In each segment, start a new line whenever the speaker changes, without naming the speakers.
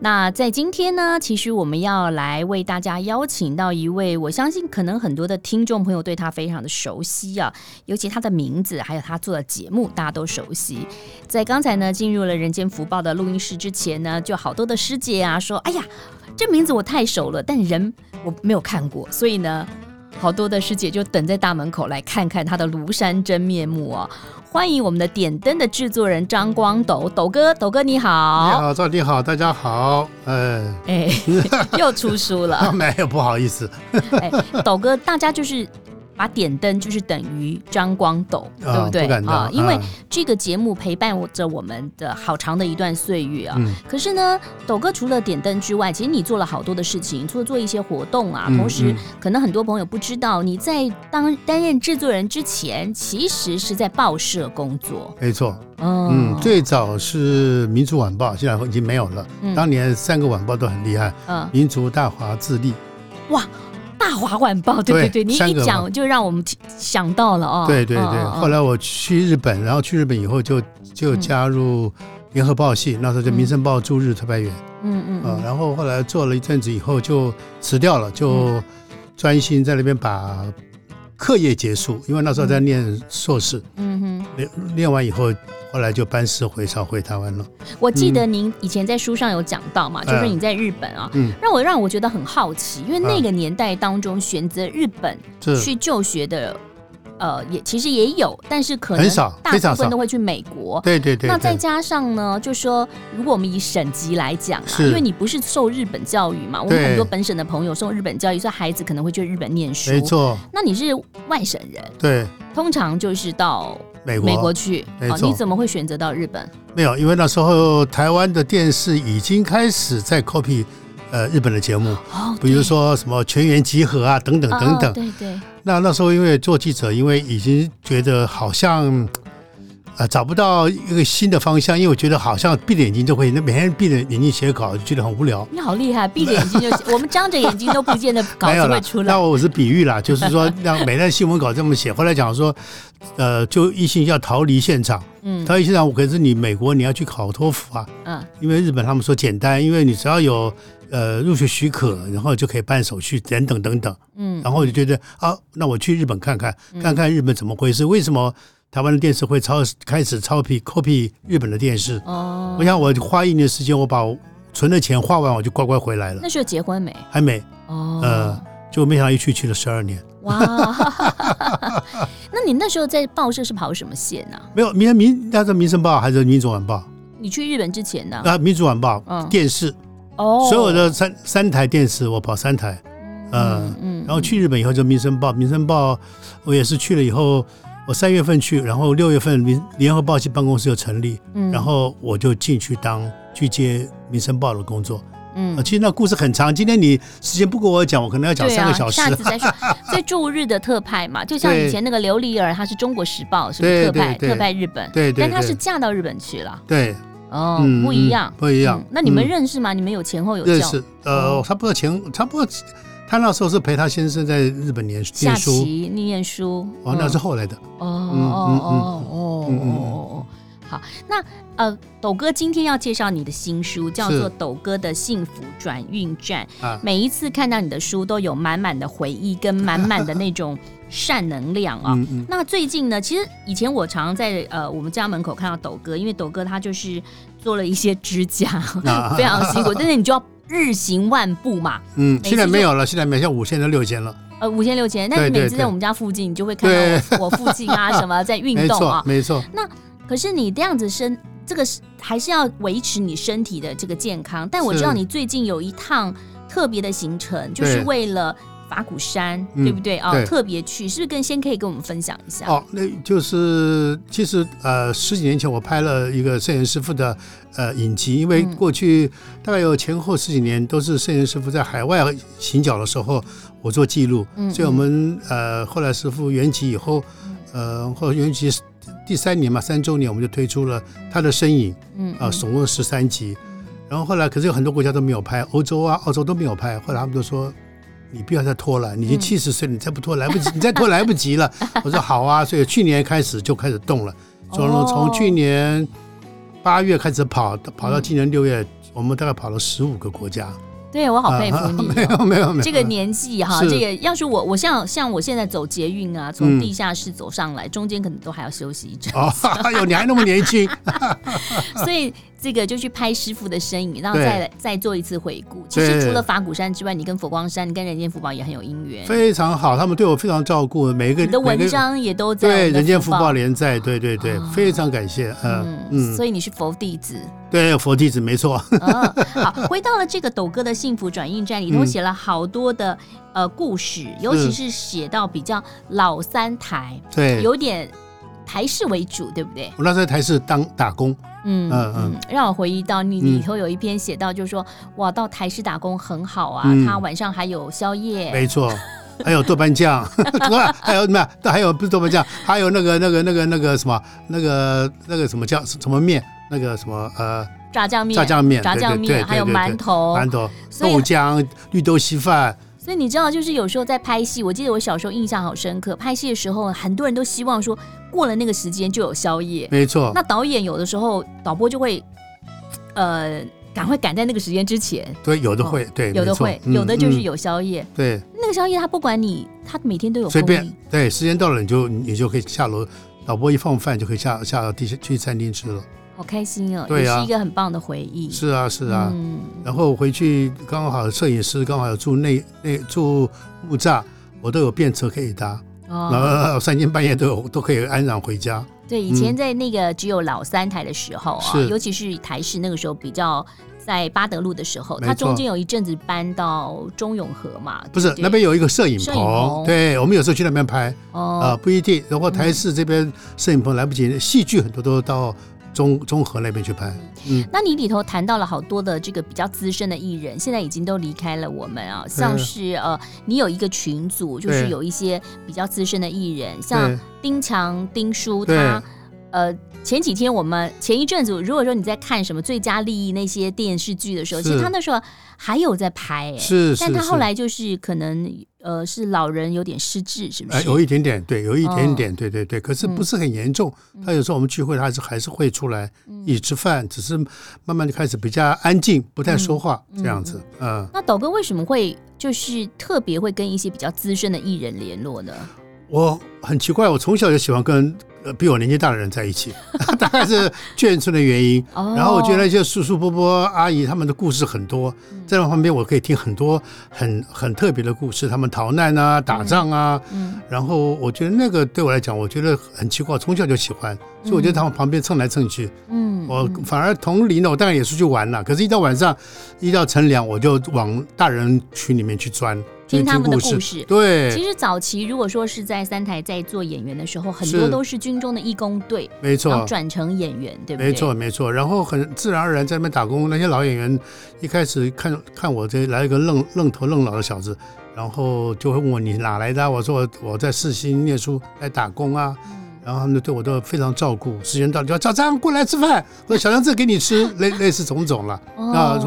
那在今天呢，其实我们要来为大家邀请到一位，我相信可能很多的听众朋友对他非常的熟悉啊，尤其他的名字，还有他做的节目，大家都熟悉。在刚才呢进入了《人间福报》的录音室之前呢，就好多的师姐啊说：“哎呀，这名字我太熟了，但人我没有看过。”所以呢，好多的师姐就等在大门口来看看他的庐山真面目哦。欢迎我们的点灯的制作人张光斗，斗哥，斗哥你好，
你好，赵弟好，大家好，嗯、
哎， 又出书了。
没有不好意思，
哎，斗哥，大家就是把点灯就是等于张光斗， 对
啊
不对
不敢当
啊？因为
啊
这个节目陪伴着我们的好长的一段岁月啊。
嗯
可是呢，斗哥除了点灯之外，其实你做了好多的事情，做做一些活动啊。
嗯
同时
嗯，
可能很多朋友不知道，你在当担任制作人之前，其实是在报社工作。
没错，
嗯
嗯，最早是《民族晚报》，现在已经没有了。
嗯
当年三个晚报都很厉害，《
嗯，
民族大华自立》
大华晚报，对对对，
对
你
三
一
个嘛
讲就让我们提想到了哦。
对对对。
嗯嗯嗯
后来我去日本，然后去日本以后就就
嗯
加入联合报系，那时候就《民生报》驻日特派员
嗯嗯
啊、
嗯，
然后后来做了一阵子以后就辞掉了，就
嗯
专心在那边把课业结束，因为那时候在念硕士，
嗯哼。
念念完以后，后来就班师回朝回台湾了。
我记得您以前在书上有讲到嘛，就是你在日本啊，
哎嗯，
让我让我觉得很好奇，因为那个年代当中选择日本
这
去就学的，呃，也其实也有，但是可能
很少
大
非常
部分
少
都会去美国。
对对对，
那再
对
加上呢，就说如果我们以省级来讲啊，
是
因为你不是受日本教育嘛，我们
对
很多本省的朋友受日本教育，所以孩子可能会去日本念书。
没，错，
那你是外省人，
对
通常就是到
美国
美国去，
没
哦，
错
你怎么会选择到日本？
没有，因为那时候台湾的电视已经开始在 copy 呃日本的节目，
哦，
比如
对
说什么全员集合啊等等
哦
等
哦
等。
对对，
那那时候因为做记者，因为已经觉得好像。呃，找不到一个新的方向，因为我觉得好像闭着眼睛就会，那每天闭着眼睛写稿，就觉得很无聊。
你好厉害，闭着眼睛就我们张着眼睛都不 见得稿
没有
子会
啦
出来
那。我是比喻啦，就是 说让每天新闻稿这么写。后来讲说，呃，就一心要逃离现场，
嗯
逃离现场，可是你美国你要去考托福啊，
嗯
因为日本他们说简单，因为你只要有呃入学许可，然后就可以办手续等等等等。
嗯
然后我就觉得啊，那我去日本看看，看看日本怎么回事，为什么台湾的电视会抄开始抄袭 copy 日本的电视？
哦
我，想我花一年时间，我把存的钱花完，我就乖乖回来了，
那时候结婚没？
还没
哦，
呃，就没想到一去去了十二年。
哇， 那你那时候在报社是跑什么线呢、
没有民民，那是《民生报》还是《民主晚报》
你去日本之前呢？
啊？《民主晚报》
嗯
电视，
哦，
所有的三三台电视，我跑三台，嗯，
嗯，
然后去日本以后就《民生报》，《民生报》我也是去了以后，我三月份去，然后六月份民联合报系办公室又成立，
嗯
然后我就进去当去接《民生报》的工作。
嗯
啊，其实那故事很长，今天你时间不够我讲，我可能要讲
对
三
啊，
个小时
下。次再说。所以驻日的特派嘛，就像以
对
前那个刘丽儿，她是中国时报，是不
对
是特派？
对对
特派日本，
对对
但她
对
是嫁到日本去了，
对，
哦，
嗯
不一样
嗯，不一样
嗯那你们
嗯
认识吗？你们有前后有哦
认
交
识，呃，差不多前差不多，他那时候是陪他先生在日本念
下
念
棋
书，、
念书。
哦，那是后来的。
嗯哦哦
嗯嗯
哦哦
嗯嗯嗯
哦哦。好，那呃，斗哥今天要介绍你的新书，叫做《斗哥的幸福转运站》。
啊
每一次看到你的书，都有满满的回忆跟满满的那种善能量啊、
嗯嗯，
那最近呢，其实以前我常在呃我们家门口看到斗哥，因为斗哥他就是做了一些指甲，非常辛苦，但是你就要日行万步嘛，
嗯，
每
现在
次
没
就
有了，现在没有，像五千到六千了，
呃，五千六千，但是
对
每次
对
在
对
我们家附近，你就会看到我我附近 啊什么在运
没
动
错
啊。
没错，
可是你这样子身，这个是还是要维持你身体的这个健康。但我知道
是
你最近有一趟特别的行程，就是
对
为了。法鼓山，
嗯
对不对啊、
对
特别去，是不是更先可以跟我们分享一下？
哦，那就是其实呃十几年前我拍了一个圣严师傅的呃影集，因为
嗯
过去大概有前后十几年都是圣严师傅在海外行脚的时候我做记录，
嗯
所以我们呃后来师傅圆寂以后，呃后来圆寂第三年嘛三周年我们就推出了他的身影
嗯
啊、总共十三集，然后后来可是有很多国家都没有拍，欧洲啊澳洲都没有拍，后来他们就说。你不要再拖了，你已
嗯
经七十岁了，你再不拖来不及，你 再拖来不及了。我说好啊，所以去年开始就开始动了，
哦
从从去年八月开始跑，跑到今年六月，我们大概跑了十五个国家。啊
对我嗯好佩服你、 哦
没有没有没有，
这个年纪哈，
是
这个要是我，我像像我现在走捷运啊，从
嗯
地下室走上来，中间可能都还要休息一阵，
哦， 哎呦，你还那么年 轻，
所以这个就去拍师傅的身影，然后
对
再再做一次回顾。其实
对
除了法鼓山之外，你跟佛光山、你跟人间福报也很有因缘，
非常好，他们对我非常照顾，每一个
你的
每
文
个
章也都在我
对
们的
人间福报
报。啊
连载，对对对，非常感谢，嗯
嗯，
嗯，
所以你是佛弟子，
对佛弟子没错，
嗯， 好，回到了这个斗哥的幸福转运站里头，
嗯
写了好多的、呃故事，尤其是写到比较老三台，
对。
有点台式为主，对不对？
我那时候还是当打工，
嗯
嗯嗯，
让我回忆到你
嗯
里头有一篇写到，就是说、哇，到台式打工很好啊，
嗯
他晚上还有宵夜，
没错，还有豆瓣酱， 还有什么？还有不是豆瓣酱，还有那个那个那个那个什么，那个那个什么酱什么面，那个什么呃
炸酱面、
炸酱面，
炸
对
酱
对
面，
对
还有
对对
馒头。
馒头、
所以
豆浆、绿豆稀饭，
所以你知道，就是有时候在拍戏，我记得我小时候印象好深刻，拍戏的时候很多人都希望说过了那个时间就有宵夜，
没错
那，导演有的时候导播就会，呃，赶快赶在那个时间之前，
对，有的会，对，
哦有的
没错
会，有的就是、
嗯
有宵夜。
嗯对，
那个宵夜他不管你，他每天都有
随
供
便
应。，
对，时间到了你就你就可以下楼，导播一放饭就可以下下到地下去餐厅吃了。
好开心哦，
对
也
啊
是一个很棒的回忆。
是啊，是啊，
嗯，
然后回去刚好摄影师刚好有住内内住木栅，我都有便车可以搭，然
哦，
后三更半夜都有都可以安然回家。
对，以前在那个只有老三台的时候啊，
嗯是
尤其是台视那个时候比较。在巴德路的时候，
没
它中
错
间有一阵子搬到中永和嘛，
不是
对
那边有一个摄影
摄
棚，
影棚
对我们有时候去那边拍啊、
哦，
不一定。然后台视这边摄影棚来不及，戏剧很多都到中中和那边去拍。嗯
那你里头谈到了好多的这个比较资深的艺人，现在已经都离开了我们啊，像是呃，你有一个群组，就是
对
有一些比较资深的艺人，像
对
丁强、丁叔
对
他。呃，前几天我们前一阵子，如果说你在看什么《最佳利益》那些电视剧的时候，
是
其实他那时候还有在拍、哎，
是是
但他
是
后来就是可能呃是老人有点失智，是不
哎，
是？
有一点点，对，有一
哦
点点，对对对，可是不是很严重。他有时候我们聚会，他还是还是会出来一起吃饭，只是慢慢就开始比较安静，不太说话这样子。嗯，
那斗哥为什么会就是特别会跟一些比较资深的艺人联络呢？
我很奇怪，我从小就喜欢跟呃比我年纪大的人在一起， 大概是眷村的原因。
哦
然后我觉得那些叔叔伯伯、阿姨他们的故事很多，在那旁边我可以听很多很很特别的故事，他们逃难啊、打仗啊。
嗯
然后我觉得那个对我来讲，我觉得很奇怪，从小就喜欢，所以我就在他们旁边蹭来蹭去。
嗯，
我
嗯
反而同龄的，我当然也出去玩了，可是，一到晚上，一到乘凉，我就往大人群里面去钻，就
听
是
他们的
故
故
事。
事。其
对，
实早期如果说是在三台在做演员的时候，很多
是
都是军中的义工队，
没
然后
错，
转成演员，对不对？
没错，。没错。然后很自然而然在那边打工，那些老演员一开始看看我这来一个愣愣头愣脑的小子，然后就会问我你哪来的啊、我说我我在世新念书，来打工啊。
嗯
然后他们对我都非常照顾，时间到了就叫小张过来吃饭，我说小张这给你 吃，类类似种种了。啊，我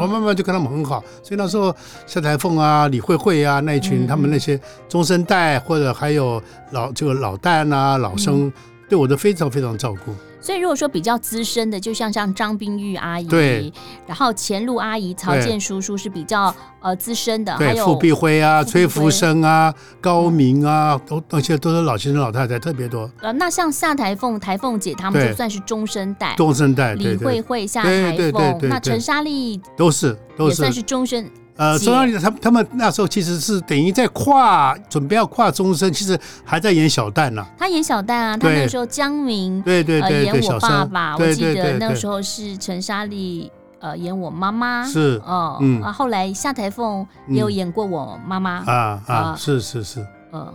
哦，
慢慢就跟他们很好，所以那时候夏台凤啊、李慧慧啊那一群，
嗯
他们那些中生代或者还有老这个老旦啊、老生，
嗯
对我都非常非常照顾。
所以如果说比较资深的，就像像张冰玉阿姨，
对，
然后钱璐阿姨、曹
对
健叔叔是比较呃资深的，还
对，
有
傅碧辉啊、
傅碧辉
崔福生啊、高明啊，都那些都是老先生、老太太，特别多
呃，那像夏台凤、台凤姐他们
对
就算是中生代，
中生代，对
李慧
对，
慧、夏
对
台
对对
凤，
对
那
对
陈莎莉
都是都
也
是
算是中生，
呃，
姐
中央他们他们那时候其实是等于在跨准备要跨中生，其实还在演小旦呢、
她演小旦啊，她那
对
时候江明
对对
呃，
对
演
对，小
我爸
生
爸，，我
对
记
对
得
对
那
对
时候是陈莎莉呃演我妈妈，
是
哦，
嗯
啊，后来夏台凤也有
嗯
演过我妈妈，
啊
啊
啊，是是是，
嗯，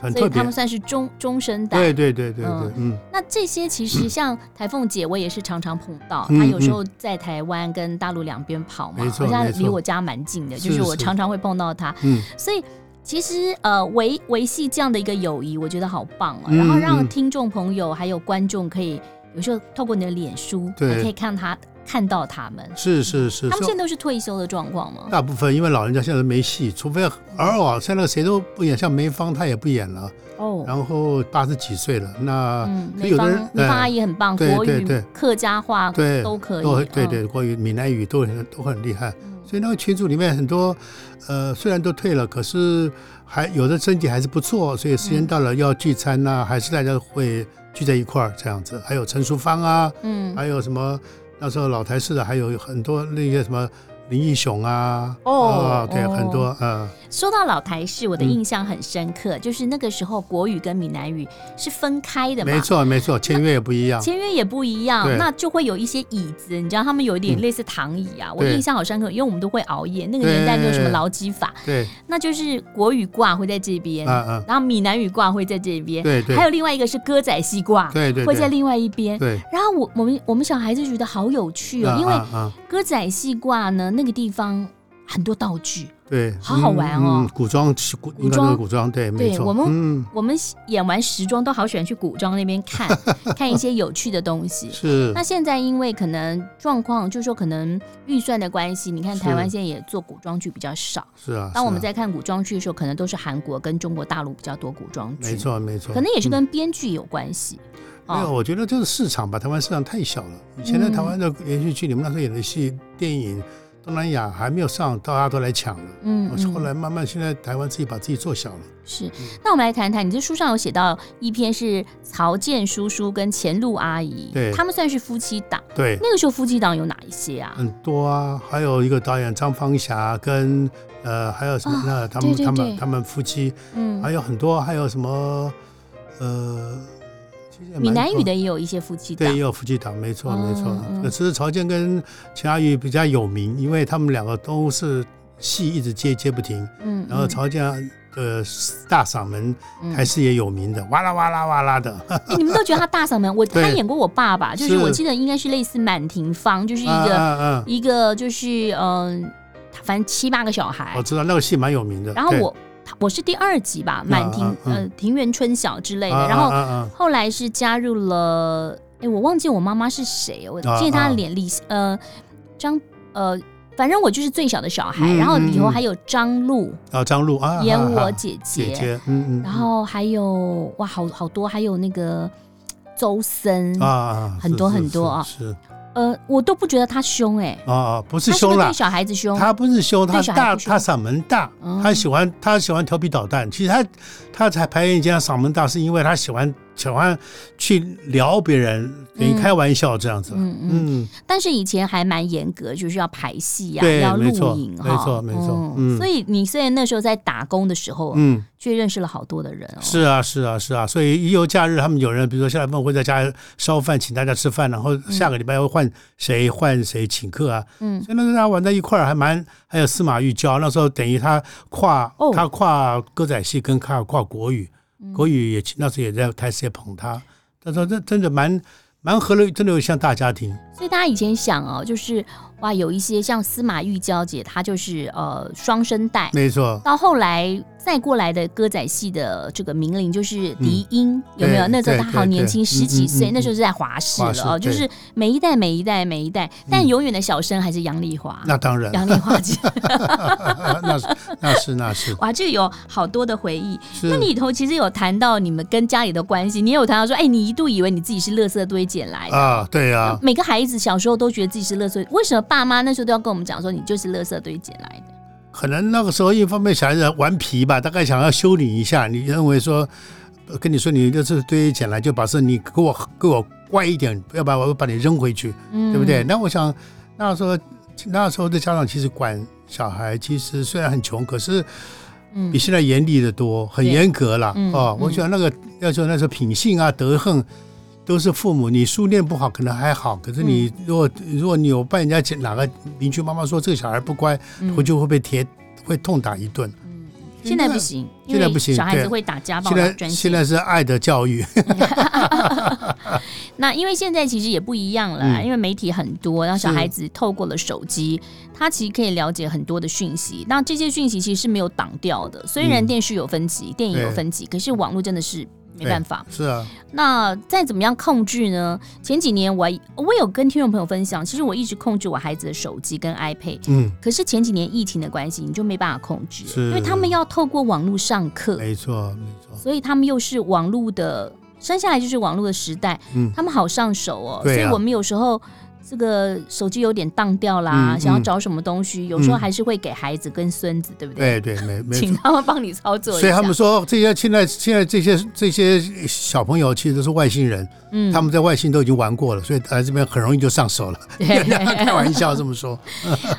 很
所以
特
他
别
们。算是中中生代。
对对对对对
嗯，
嗯，
那这些其实像台凤姐，我也是常常碰到，
嗯
她有时候在台湾跟大陆两边跑嘛，好
没错
像
没错
离我家蛮近的，
是
就是我
是
常常会碰到她，
嗯
所以。其实，呃，维维系这样的一个友谊，我觉得好棒啊！
嗯
然后让
嗯
听众朋友还有观众可以，有时候透过你的脸书，
对
还可以看他看到他们。
是是是。
嗯他们
所以
现在都是退休的状况吗？
大部分因为老人家现在没戏，除非偶尔现在谁都不演，像梅芳她也不演了，
哦，
然后八十几岁了，那
嗯，
所以
梅
有的
芳
人
梅芳阿
哎
姨很棒，
对
国
对
语
对、
客家话
对
都可以，
都对
嗯
对，国语、闽南语都很都很厉害。
嗯
所以那个群组里面很多，呃，虽然都退了，可是还有的身体还是不错，所以时间到了要聚餐
嗯
呐、还是大家会聚在一块儿这样子。还有陈淑芳啊，
嗯，
还有什么那时候老台式的，还有很多那些什么林义雄啊，
哦
啊对，
哦
很多呃，
说到老台式，我的
嗯
印象很深刻，就是那个时候国语跟闽南语是分开的嘛，
没。错没错，签约也不一样，
签约也不一样，
对嗯
那就会有一些椅子，你知道他们有一点类似躺椅啊，我
对
印象好深刻，因为我们都会熬夜，那个年代没有什么劳基法，
对，
那就是国语挂会在这边，
啊啊，
然后闽南语挂会在这边，
对对
还有另外一个是歌仔戏挂，
对对
会在
对
另外一边。
对，
然后我我们我们小孩子觉得好有趣哦，
啊
因为
啊啊
歌仔戏挂呢那个地方很多道具，
对，
好好玩哦
嗯嗯古装古应
古
该都
装
是古装，对，没错，
我们
嗯
我们演完时装都好喜欢去古装那边 看看一些有趣的东西。
是
那现在因为可能状况，就是说可能预算的关系，你看
是
台湾现在也做古装剧比较少。
是啊，
当我们
是啊
在看古装剧的时候，可能都是韩国跟中国大陆比较多古装剧，
没，错没错，
可能也是
嗯
跟编剧有关系。
没有，
哦，嗯
我觉得就是市场吧，台湾市场太小了。以前在台湾的连续剧，你们那时候演的戏、电影，东南亚还没有上，大家都来抢了。嗯
嗯
我
嗯
后来慢慢，现在台湾自己把自己做小了。
是，那我们来谈谈，你这书上有写到一篇是曹健叔叔跟钱露阿姨，
对
他们算是夫妻档。
对，
那个时候夫妻档有哪一些啊？
很多啊，还有一个导演张芳霞跟呃，还有什么？
啊
那他们
对对
他
对
们他们夫妻，
嗯，
还有很多，还有什么？呃，其实也蛮
闽南
多
语的也有一些夫妻档
对，也。有夫妻档，没错，没错
嗯嗯。
可是曹健跟钱阿姨比较有名，因为他们两个都是戏一直接接不停。
嗯，
然后
嗯
曹家的大嗓门
嗯
还是也有名的，哇啦哇啦哇啦的，
哎你们都觉得他大嗓门，我他
对
演过我爸爸，就是
是
我记得应该是类似满庭芳，就是一个
嗯嗯
一个就是嗯，反正七八个小
嗯，
孩
我。知道那个戏蛮有名的。
然后
对啊
我他我是第二集吧，满庭
嗯嗯
呃庭园春晓之类
啊
的，然后
啊啊啊
后来是加入了，哎，我忘记我妈妈是谁，我
啊
记得她
啊
的脸李呃张呃，反正我就是最小的小孩，
嗯
然后以后
嗯嗯
还有张璐
啊张璐啊，
演
啊
我
啊
姐姐，
姐姐，嗯嗯，
然后还有哇，好好多，还有那个周深，
啊啊，
很
是
多
是
很多
是
啊
是
呃，我都不觉得他凶哎、
啊啊，不是
他是不
凶
是
啦
对，小孩子凶？
他不是凶，他
对小孩
大
不凶
他嗓门大
嗯，
他喜欢他喜欢调皮捣蛋。其实他他才排演家嗓门大，是因为他喜欢喜欢去撩别人，给你
嗯
开玩笑这样子。
嗯嗯，
嗯，
但是以前还蛮严格，就是要排戏呀、
对
要
没错
录影哈，
没错没错嗯
所以你虽然那时候在打工的时候，
嗯。
却认识了好多的人哦。
是啊，是啊，是啊，所以一有假日，他们有人，比如说下来凤会在家烧饭，请大家吃饭，然后下个礼拜又换谁换谁请客啊，
嗯，
所以那时候大家玩在一块儿，还蛮还有司马懿交，那时候等于他跨、
哦嗯
他跨歌仔戏跟跨跨国语，国语也那时候也在开始也捧他，他说这真的蛮蛮合了，真的有像大家庭，
所以大家以前想哦，就是哇，有一些像司马玉娇姐，她就是呃双声带，
没错，
到后来再过来的歌仔戏的这个名伶就是笛音，有没有？
嗯对
那时候他好年轻，
对对
十几岁，
嗯嗯嗯
那时候是在华视
华视
了哦，
对嗯
就是每一代每一代每一代，但永远的小生还是杨丽华，
那当然，
杨丽华姐，
那是那是那是
哇，这个有好多的回忆。
是
那里头其实有谈到你们跟家里的关系，你也有谈到说，哎，你一度以为你自己是垃圾堆捡来的。
啊，对啊，
每个孩子小时候都觉得自己是垃圾，为什么爸妈那时候都要跟我们讲说你就是垃圾堆捡来的？
可能那个时候一方面小孩子顽皮吧，大概想要修理一下。你认为说，呃跟你说你这次堆起来就把事你给我给我乖一点，要不然我会把你扔回去，
嗯
对不对？？那我想那时候那时候的家长其实管小孩，其实虽然很穷，可是
嗯
比现在严厉的多，很
对
严格啦。
嗯
哦，
嗯
我觉得那个要说那时候品性啊、德行，都是父母，你书念不好可能还好，可是你
嗯
如果、如果你有被人家讲哪个邻居妈妈说这个小孩不乖，
嗯
回去会被贴会痛打一顿。
现在不行，因
现在
为
不行
小孩子
对
会打家暴，
现
打
在
专
现
心。
在是爱的教育，
那因为现在其实也不一样了，啊
嗯
因为媒体很多，让小
是
孩子透过了手机，他其实可以了解很多的讯息。那这些讯息其实是没有挡掉的，虽然
嗯
电视有分级，电影有
对
分级，可是网络真的是没办法。
是啊，
那再怎么样控制呢？前几年我还我有跟听众朋友分享，其实我一直控制我孩子的手机跟 iPad，
嗯，
可是前几年疫情的关系，你就没办法控制，
是
因为他们要透过网络上课，
没错没错，
所以他们又是网络的，生下来就是网络的时代，
嗯
他们好上手哦。所
对啊
以我们有时候这个手机有点当掉啦，
嗯
想要
嗯
找什么东西，有时候
嗯
还是会给孩子跟孙子，对不对？
对对没没
请他们帮你操作一下。
所以他们说，这些现在现在这些这些小朋友其实都是外星人，
嗯
他们在外星都已经玩过了，所以来这边很容易就上 手了。开玩笑这么说，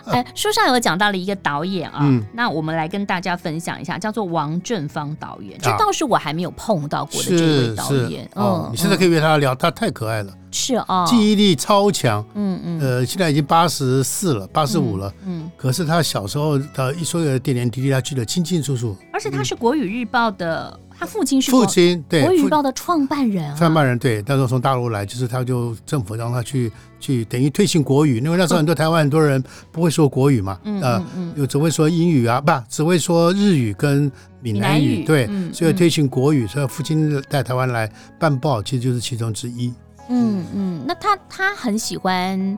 哎，书上有讲到了一个导演啊，
嗯
那我们来跟大家分享一下，叫做王正芳导演，这
啊
倒是我还没有碰到过的这位
是
导演
是。哦，你现在可以约他聊，他太可爱了，
嗯是哦，
记忆力超强。
嗯嗯
呃，现在已经八十四了，八十五了，
嗯，
可是他小时候的一说有点点滴滴，他记得清清楚楚。
而且他是国语日报的，他父亲是
嗯父
国
亲对
国语日
父
报的创办人啊，
创办人对，那时候从大陆来，就是他就政府让他去去等于推行国语，因为那时候很多台湾很多人不会说国语嘛，
嗯
呃
嗯嗯，
有只会说英语啊，不，只会说日语跟闽南
闽南语
语，对，
嗯
所以推行国语，所以父亲带台湾来办报，其实就是其中之一。
嗯嗯，那他他很喜欢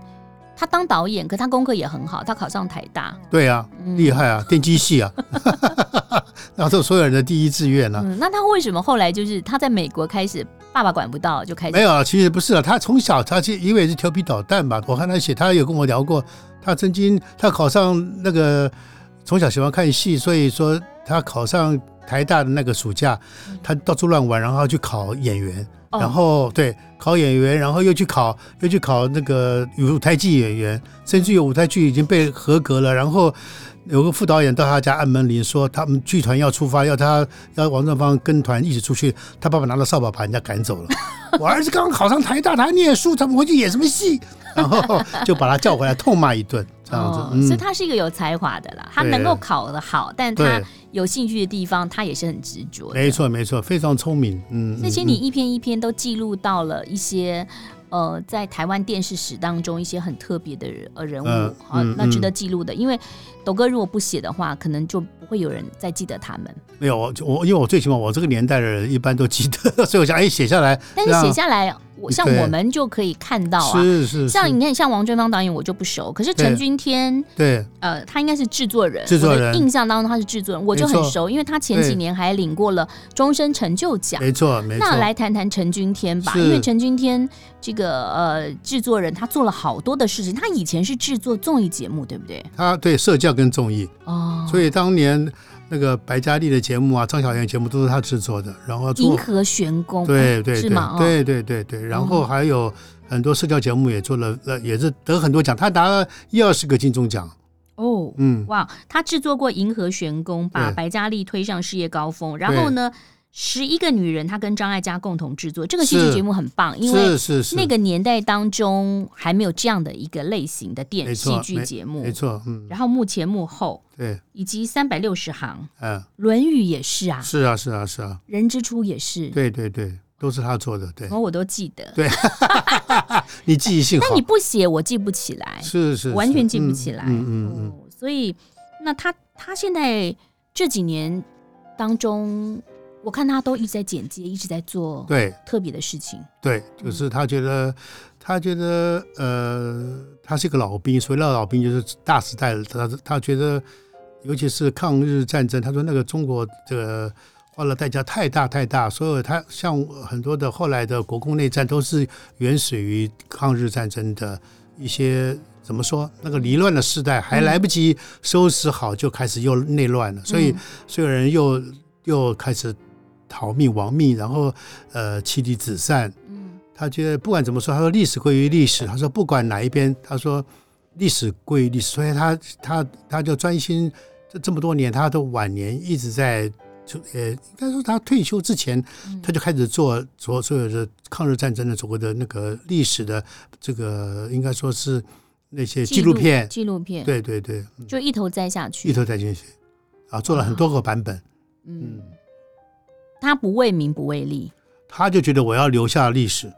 他当导演，可他功课也很好，他考上台大，
对啊，
嗯
厉害啊，电机系 啊，那时候所有人的第一志愿呢、啊。
嗯，那他为什么后来就是他在美国开始爸爸管不到就开始
没有啊，其实不是啊，他从小他就因为是调皮捣蛋吧，我看他写，他有跟我聊过，他曾经他考上那个从小喜欢看戏，所以说他考上台大的那个暑假，
嗯
他到处乱玩，然后他去考演员，
哦
然后对考演员，然后又去考又去考那个舞台剧演员，甚至有舞台剧已经被合格了，然后。有个副导演到他家按门铃，说他们剧团要出发，要他要王正芳跟团一起出去。他爸爸拿了扫把把人家 赶走了。我儿子刚考上台大，他还念书，怎么回去演什么戏？然后就把他叫回来痛骂一顿，这样子。
哦所以
嗯，
他是一个有才华的啦，他
对
能够考得好，但他
对，
有兴趣的地方，他也是很执着的。
没错没错，非常聪明。嗯，
那些
嗯
你一篇一篇都记录到了一些，呃，在台湾电视史当中一些很特别的人呃人物，
嗯
好、
嗯
那值得记录的。因为斗哥如果不写的话，可能就不会有人再记得他们。
没有我我，因为我最起码我这个年代的人一般都记得， 所以我想哎写下来，
但是
让
写下来，我像
对
我们就可以看到啊，
是是
像
是
你看，像王正芳导演我就不熟，可是陈
对
君天。
对
呃，他应该是制作人，
制作
我
人
的印象当中他是制作人，我就
没
很
错
熟，因为他前几
对
年还领过了终身成就奖。
没错没错
那。来谈谈陈君天吧，
是
因为陈君天这个呃制作人，他做了好多的事情。他以前是制作综艺节目，对不对？
他对社教跟综艺，
哦，
所以当年那个白嘉莉的节目啊，张小燕的节目都是他制作的，然后做
银河玄宫，
对对
是
对
吗？哦，哦
对对对对，然后还有很多社交节目也做了，呃，也是得很多奖，他拿了一二十个金钟奖，
哦，
嗯，
哇，他制作过《银河玄宫》，把
对
白嘉莉推上事业高峰。然后
对
呢，《十一个女人》，他跟张艾嘉共同制作，这个戏剧
是
节目很棒，因为
是是是，
那个年代当中还没有这样的一个类型的电
没
戏
错
剧节目
没。错，嗯，
然后幕前幕后
对，
以及三百六十行，
嗯，
《论语》也是啊，
是啊是啊是啊，
人之初也是，
对对对，都是他做的，对
然，后我都记得。
对你记忆性好
但你，不写，我记不起来，
是是，
完全
是
记不
嗯
起来。
嗯嗯嗯，
哦，所以那他他现在这几年当中，我看他都一直在剪接，一直在做
对
特别的事情。嗯
对，就是他觉得。他觉得，呃，他是一个老兵，所谓的老兵就是大时代了。他他觉得，尤其是抗日战争，他说那个中国这个花了代价太大太大，所有他像很多的后来的国共内战都是原始于抗日战争的一些怎么说那个离乱的时代，还来不及收拾好就开始又内乱了，所以
嗯
所有人又又开始逃命亡命，然后呃妻离子散，
嗯
他觉得不管怎么说，他说历史归于历史，他说不管哪一边，他说历史归于历史，所以他他他就专心这这么多年，他的晚年一直在就呃，应该说他退休之前，他就开始做所所有的抗日战争的所谓的那个历史的这个，应该说是那些纪录片，
嗯纪录片，
对对对，嗯
就一头栽下去。
一头栽进去啊，做了很多个版本。
嗯，他不为名不为利，
他就觉得我要留下历史，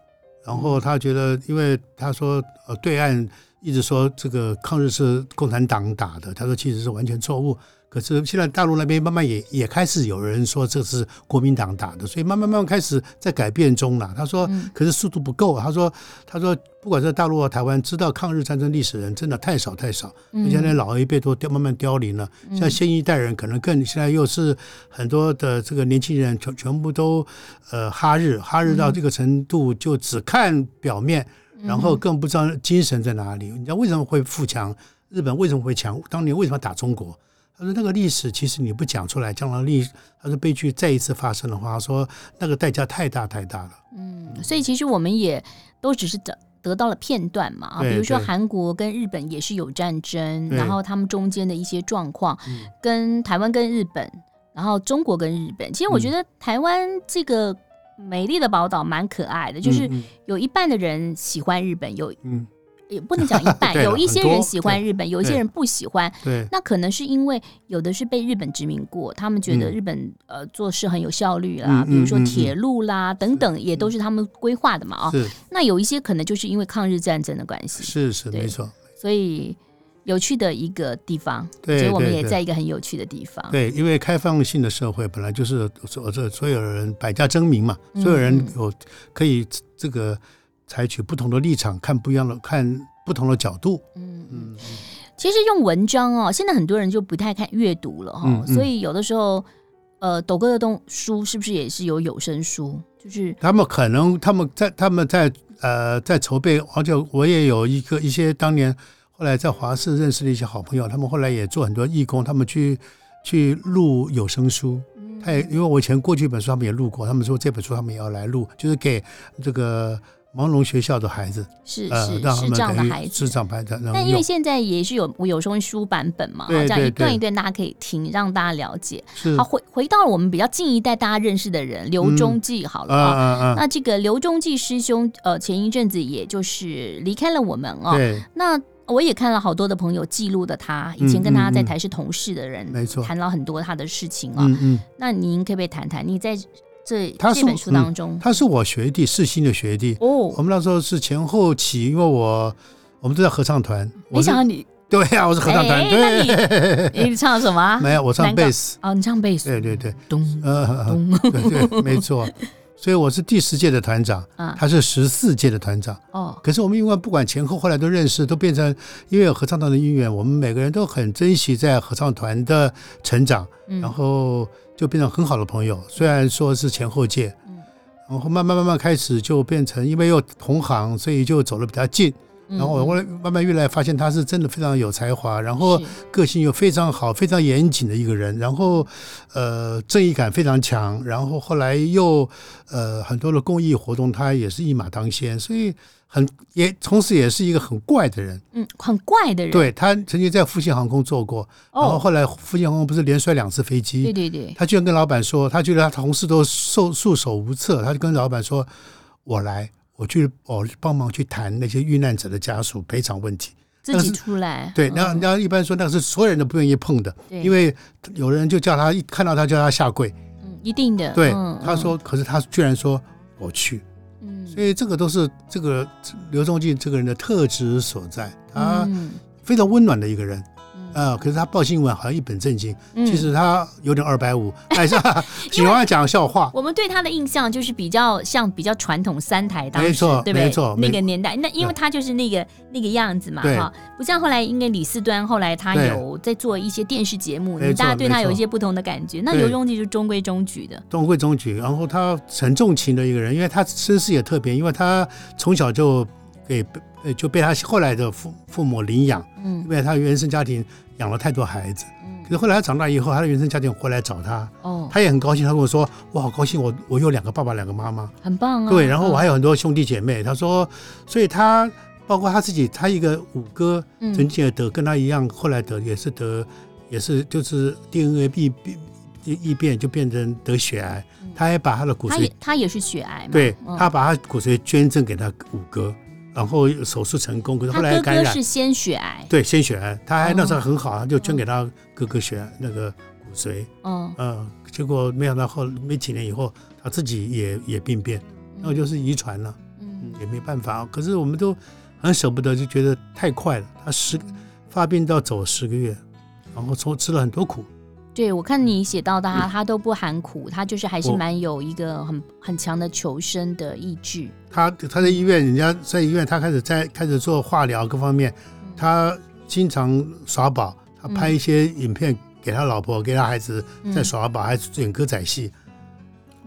然后他觉得，因为他说呃，对岸一直说这个抗日是共产党打的，他说其实是完全错误。可是现在大陆那边慢慢也也开始有人说这是国民党打的，所以慢慢慢慢开始在改变中了。他说
嗯，
可是速度不够。他说，他说不管在大陆或台湾，知道抗日战争历史的人真的太少太少，
嗯
而且那老一辈都凋慢慢凋零了。像新一代人可能更现在又是很多的这个年轻人全全部都呃哈日哈日
嗯
到这个程度，就只看表面，然后更不知道精神在哪里。你知道为什么会富强？日本为什么会强？当年为什么打中国？他说那个历史其实你不讲出来，将来历他说悲剧再一次发生的话，他说那个代价太大太大了。
嗯，所以其实我们也都只是得得到了片段嘛啊，
对
比如说
对
韩国跟日本也是有战争，
对
然后他们中间的一些状况
嗯，
跟台湾跟日本，然后中国跟日本，其实我
嗯
觉得台湾这个美丽的宝岛蛮可爱的，就是
嗯
有一半的人喜欢日本，有
嗯，嗯
也不能讲一半，
对了
有一些
很
人
多
喜欢日本，有一些
对
人不喜欢，
对
那可能是因为有的是被日本殖民过，他们觉得
嗯
日本、呃做事很有效率啦，
嗯
比如说
嗯嗯嗯
铁路啦、等等，也都是他们规划的嘛啊、
是
那有一些可能就是因为抗日战争的关系，
是是
对
没错。
所以有趣的一个地方，
对
所以我们
对
也
对
在一个很有趣的地方。
对，因为开放性的社会本来就是所这所有人百家争鸣嘛，所有人
嗯
有可以这个采取不同的立场，看不一样的看不同的角度。
嗯嗯，
嗯，
其实用文章哦，现在很多人就不太看阅读了哈、
嗯嗯
所以有的时候，呃，抖哥的东书是不是也是有有声书？就是
他们可能他们在他们在呃在筹备，而且我也有一个一些当年后来在华视认识的一些好朋友，他们后来也做很多义工，他们去去录有声书。
嗯
他也因为我以前过去一本书，他们也录过，他们说这本书他们也要来录，就是给这个盲聋学校的孩子，
是
呃，
是
让
是
他们
这样的
等于
孩子，
智障孩子，然后
但因为
用
现在也是有有声书版本嘛，
对
这样
对
一段
对
一段大家可以听，让大家了解。
是
好，回回到我们比较近一代大家认识的人刘中继好了
啊
啊。
啊啊，
那这个刘中继师兄，呃，前一阵子也就是离开了我们哦。
对，
那我也看了好多的朋友记录的他，以前跟他在台是同事的人，
嗯没错
谈了很多他的事情啊、哦。
嗯嗯，
那您可不可以谈谈你在这
他是嗯
这本书当中？
他是我学弟，世新的学弟，我
哦，
们那时候是前后期，因为我我们都在合唱团，
没
我是
想到你，
对呀、我是合唱团，
哎
对，
你唱什么啊？
没有我唱
难搞
贝斯，
哦，你唱贝斯，
对对对，
咚
呃，
咚
对 对，没 错，所以我是第十届的团长，
啊，
他是十四届的团长。
哦，
可是我们因为不管前后，后来都认识，都变成因为有合唱团的姻缘，我们每个人都很珍惜在合唱团的成长，
嗯
然后就变成很好的朋友。虽然说是前后届
嗯，
然后慢慢慢慢开始就变成，因为又同行，所以就走得比较近。
嗯
然后我后来慢慢越来发现他是真的非常有才华，然后
是
个性又非常好、非常严谨的一个人，然后呃正义感非常强，然后后来又呃很多的公益活动他也是一马当先，所以很也同时也是一个很怪的人。
嗯，很怪的人，
对他曾经在复兴航空做过，然后
哦，
后来复兴航空不是连摔两次飞
对
机，
对对，
他居然跟老板说，他觉得他同事都受束手无策，他就跟老板说：“我来，我去，我帮忙去谈那些遇难者的家属赔偿问题。”
自
但
己
是
出来，
对，那
嗯
那一般说那个是所有人都不愿意碰的，
对
因为有的人就叫他一看到他叫他下跪，
嗯一定的，
对
嗯，
他，说，可是他居然说我去，
嗯嗯
所以这个都是这个刘仲敬这个人的特质所在，他
嗯
非常温暖的一个人
嗯
啊、可是他报新闻好像一本正经，
嗯
其实他有点二百五，爱上喜欢讲笑话，
我们对他的印象就是比较像比较传统三台当时，
没错
对不对？
没错
那
没
个年代，那因为他就是那个那个样子嘛，
对
哈，不像后来因为李四端后来他
对
有在做一些电视节目，
没
你大家
错
对他
没
有一
错
些不同的感觉。那
对
刘墉就是中规中矩的，
中规中矩，然后他很重情的一个人，因为他身世也特别，因为他从小就给呃就被他后来的父父母领养。因
嗯
为他原生家庭养了太多孩子，可
嗯，
是后来他长大以后，他的原生家庭回来找他，
哦，
他也很高兴。他跟我说：“我好高兴，我我有两个爸爸，两个妈妈。
很棒啊，
对，然后我还
有
有很多兄弟姐妹。他说，所以他包括他自己，他一个五哥
嗯
曾经也得跟他一样，后来得也是得也是就是 DNA 异异变就变成得血癌，他还把他的骨
他嗯
髓
也他也是血癌嘛，
对
嗯
他把他骨髓捐赠给他五哥，然后手术成功，可是
他
后来
哥
感
哥
染
是先血癌，
对鲜血癌，他还
哦
那时候很好，他啊就捐给他哥哥血那个骨髓，
嗯，
嗯，结果没想到后没几年以后他自己也也病变，那就是遗传了。
嗯
嗯，也没办法。可是我们都很舍不得，就觉得太快了。他十发病到走十个月，然后从吃了很多苦。
对，我看你写到的他，他都不含苦，他就是还是
嗯我
蛮有一个很很强的求生的意志。
他他在医院，人家在医院，他开始在开始做化疗各方面。他经常耍宝，他拍一些影片给他老婆、给他孩子
嗯
在耍宝，还演歌仔戏。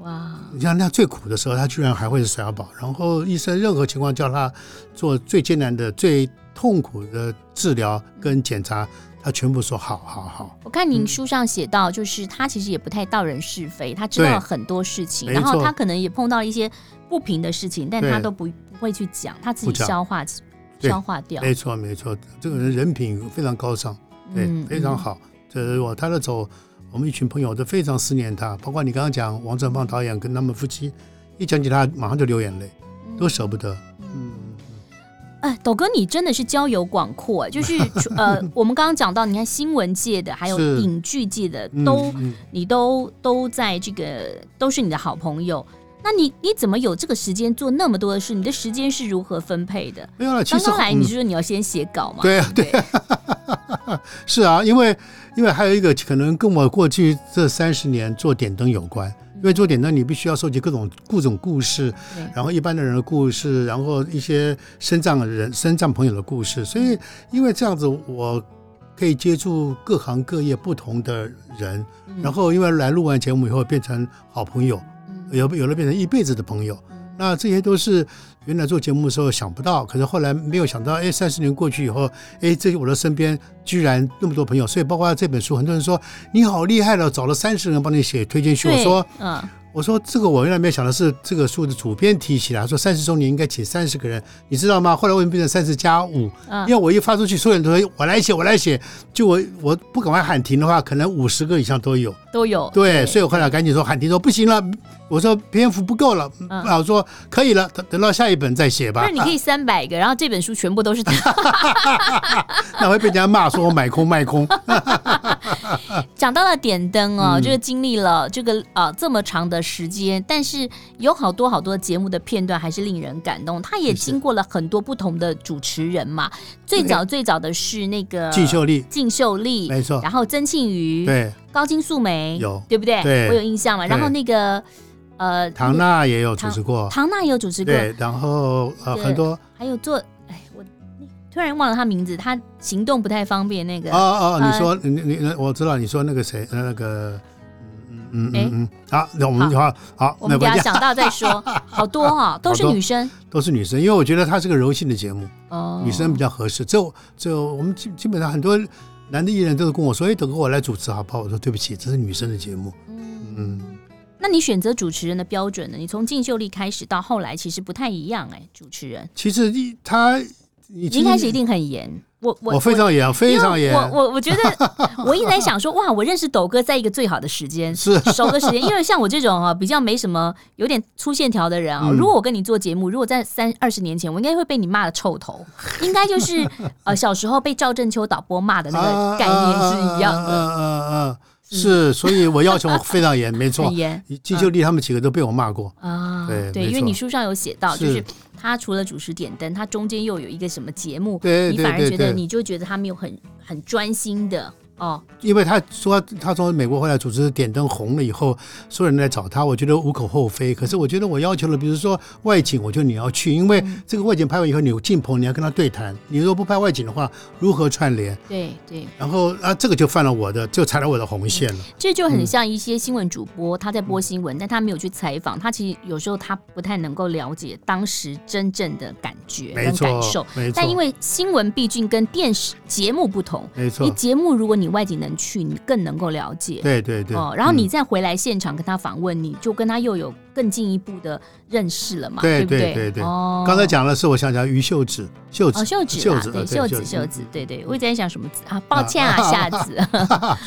哇，
你像他最苦的时候，他居然还会耍宝。然后医生任何情况叫他做最艰难的、最痛苦的治疗跟检查，他全部说好好好。
我看您
嗯
书上写到，就是他其实也不太道人是非，他知道
对
很多事情，
没
然后
错
他可能也碰到一些不平的事情，但
对
他都不不会去讲，他自己
不讲
消化
对
消化掉。
没错，没错，这个人人品非常高尚，对，
嗯
非常。好。这是我他的走，我们一群朋友都非常思念他，包括你刚刚讲王传芳导演跟他们夫妻，一讲起他马上就流眼泪，
嗯
都舍不得。
嗯
嗯，
哎，斗哥，你真的是交友广阔，就是 除呃，我们刚刚讲到，你看新闻界的，还有
是
影剧界的，
嗯
都
嗯
你都都在这个都是你的好朋友。那你你怎么有这个时间做那么多的事？你的时间是如何分配的？
没有了。其
刚
实
刚来你
嗯
就说你要先写稿嘛？
对啊
不对，
是啊，因为因为还有一个可能跟我过去这三十年做点灯有关，因为做点灯你必须要收集各种各种故事
对，
然后一般的人的故事，然后一些身障人身障朋友的故事，所以
嗯
因为这样子我。可以接触各行各业不同的人，
嗯
然后因为来录完节目以后变成好朋友，
嗯
有有的变成一辈子的朋友。那这些都是原来做节目的时候想不到，可是后来没有想到，哎，三十年过去以后，哎，这我的身边居然那么多朋友，所以包括这本书，很多人说你好厉害了，找了三十人帮你写推荐序。我
对
说，
嗯，
我说这个我原来没有想的是，这个书的主编提起来说三十周年应该请三十个人，你知道吗？后来为什么变成三十加五？
嗯
因为我一发出去，所有人都说我来写，我来写，就我我不赶快喊停的话，可能五十个以上都有。
都有。
对，所以我后来赶紧说喊停说不行了，嗯我说篇幅不够了，
嗯
啊，我说可以了，等等到下一本再写吧
那。你可以三百个，然后这本书全部都是 他。
啊那会被人家骂说我买空 卖空，
讲到了点灯哦，
嗯
就是经历了这个呃这么长的时间，但是有好多好多节目的片段还是令人感动。他也
是是
经过了很多不同的主持人嘛，最早最早的是那个
季秀丽
靳秀丽，
没错
然后曾庆瑜，，
对，
高金素梅
有
对不对？
对
我有印象嘛。然后
对
那个呃，
唐娜也有主持过，
唐娜也有主持过，
对，然后呃
对
很多
还有做哎我。突然忘了他名字，他行动不太方便。那个
哦哦，
呃
你说你你你我知道你说那个谁呃那个嗯嗯
哎
嗯嗯，好，那我们好好，
我
那
们
不
等一下
讲
想到再 说，好多哈、都是
好多
女生
都是女生，因为我觉得它是个柔性的节目，
哦，
女生比较合适。这我这我们基基本上很多男的艺人都是跟我说，哎，等哥我来主持好不好？我说对不起，这是女生的节目。
嗯，那你选择主持人的标准呢？你从靳秀丽开始到后来，其实不太一样哎、主持人，
其实一他，你
你一开始一定很严，我我
我非。常严，非常
因为
严，
我我我觉得，我一直在想说，哇，我认识斗哥在一个最好的时 间，
是
熟的时间。因为像我这种啊，比较没什么有点粗线条的人啊，
嗯
如果我跟你做节目，如果在三二十年前，我应该会被你骂的臭头，应该就是 呃小时候被赵正秋导播骂的那个概念是一样的，
嗯嗯嗯，是，所以我要求非常严，没错
很。严
金秀丽他们几个都被我骂过，
啊，
对没
因为
错
你书上有写到，
是
就是他除了主持点灯，他中间又有一个什么节目，
对
你
对
反而
对
觉得
对
你就觉得他没有很很专心的哦，
因为他说他从美国回来主持点灯红了以后，所有人来找他，我觉得无可厚非。可是我觉得我要求了，比如说外景，我觉得你要去，因为
嗯
这个外景拍完以后，你有进棚，你要跟他对谈。你如果不拍外景的话，如何串联？
对对，
然后啊，这个就犯了我的，就踩了我的红线了。
这就很像一些新闻主播，他在播新
嗯
闻，但他没有去采访，他其实有时候他不太能够了解当时真正的感觉跟嗯
没
感
错
受。，
没错。
但因为新闻毕竟跟电视节目不同，
没
你
错，
节目如果你外景能去，你更能够了解。
对对对。
哦，然后你
嗯
再回来现场跟他访问，你就跟他又有更进一步的认识了嘛，
对
不对？
对对对
哦，
刚才讲的是我想想于秀子，秀子
哦，秀子
秀
啊，
子
对，
呃对
秀子，
秀子
秀子，对对，我一直在想什么子啊，抱
啊
歉啊，
啊
下子，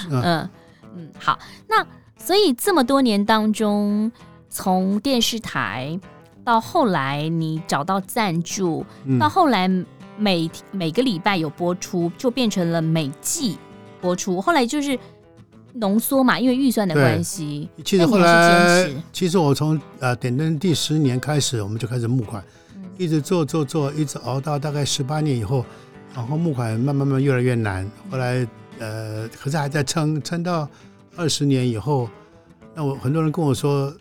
嗯嗯，好，那所以这么多年当中，从电视台到后来你找到赞助，
嗯
到后来每每个礼拜有播出，就变成了每季播出。后来就是浓缩嘛，因为预算的
对
关系。
其实
那你
后
还是
来
坚持，
其实我从呃点灯第十年开始，我们就开始募款，
嗯
一直做做做，一直熬到大概十八年以后，然后募款慢慢慢越来越难，后来呃，可是还在撑，撑到二十年以后，那我很多人跟我说，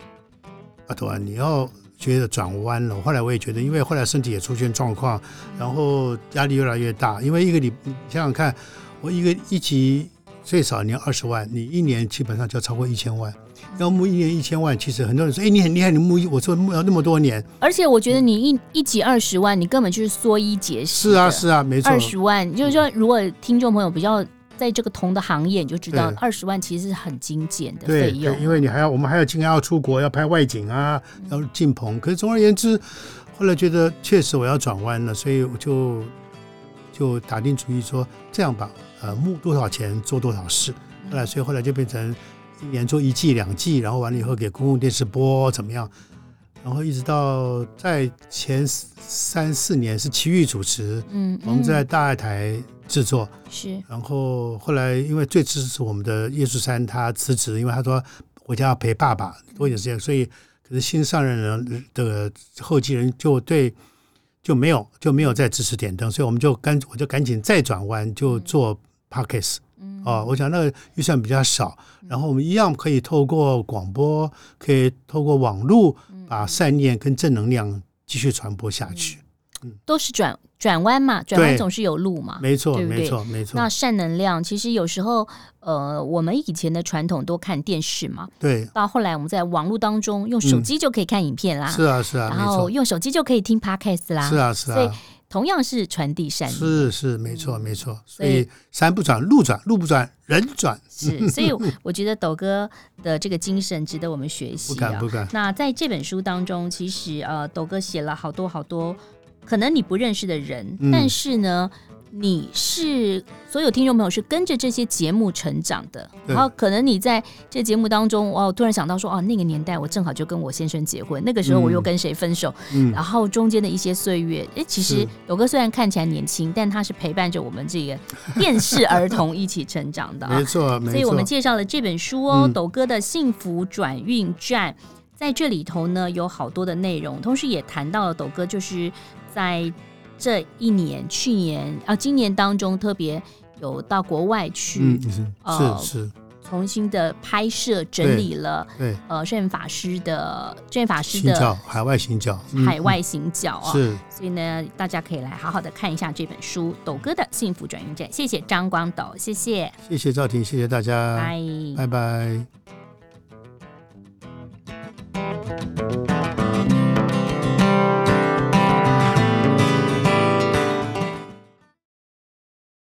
阿朵啊，你要觉得转弯了。后来我也觉得，因为后来身体也出现状况，然后压力越来越大，因为一个礼，你想想看，我一个一集最少你要二十万，你一年基本上就要超过一千万。要募一年一千万，其实很多人说，哎，你很厉害，你募一，我说募了那么多年，
而且我觉得你一一集二十万，你根本就是缩衣节食
嗯是
的。
啊，是啊，没错嗯
二，十万，就是说，如果听众朋友比较在这个同的行业，你就知道
对
二十万其实是很精简的费
对
用
对，。因为你还要，我们还要今天要出国，要拍外景啊，要进棚。可是总而言之，后来觉得确实我要转弯了，所以我就就打定主意说，这样吧，呃，募多少钱做多少事。后来，所以后来就变成一年做一季、两季，然后完了以后给公共电视播怎么样？然后一直到在前三四年是奇遇主持，
嗯，
我们
嗯
在大爱台制作，
是
然后后来因为最支持我们的叶树山他辞职，因为他说回家要陪爸爸多一点时间，所以可是新上任人的后继人就对就没有就没有再支持点灯，所以我们就赶我就赶紧再转弯就做 Parkes
嗯
哦，我想那个预算比较少，然后我们一样可以透过广播，可以透过网络
嗯
把善念跟正能量继续传播下去。
都是转转弯嘛，转弯
对
总是有路嘛。
没错，
嗯对不对
没错，没错
那。善能量其实有时候，呃，我们以前的传统都看电视嘛，
对，
到后来我们在网络当中用手机就可以看影片啦，
嗯是啊，是啊，
然
没
后
错。
用手机就可以听 podcast 啦，
是啊，是
所以
啊，
同样是传递善意。
是是，没错没错。
嗯
所
以
以山不转路转，路不转人转，
是，所以我觉得斗哥的这个精神值得我们学习、啊。
不敢 不敢。
那在这本书当中，其实呃，斗哥写了好多好多可能你不认识的人，
嗯
但是呢，你是所有听众朋友是跟着这些节目成长的，
对
然后可能你在这节目当中，哦，突然想到说，哦，那个年代我正好就跟我先生结婚，那个时候我又跟谁分手，
嗯
然后中间的一些岁月，哎，其实
是
斗哥虽然看起来年轻，但他是陪伴着我们这个电视儿童一起成长的、啊，
没错
所
没
以我们
错。
介绍了这本书哦，
嗯
斗哥的《幸福转运站》。在这里头呢，有好多的内容，同时也谈到了斗哥就是在这一年、去年啊、今年当中，特别有到国外去、
嗯，
呃
是是，
重新的拍摄、整理了
对，
呃圣法师的圣法师
行
的
脚海外行脚，嗯
海外行脚啊、
是
所以呢，大家可以来好好的看一下这本书《斗哥的幸福转运站》。谢谢张光斗，谢谢，
谢谢赵婷，谢谢大家，
拜。
拜拜。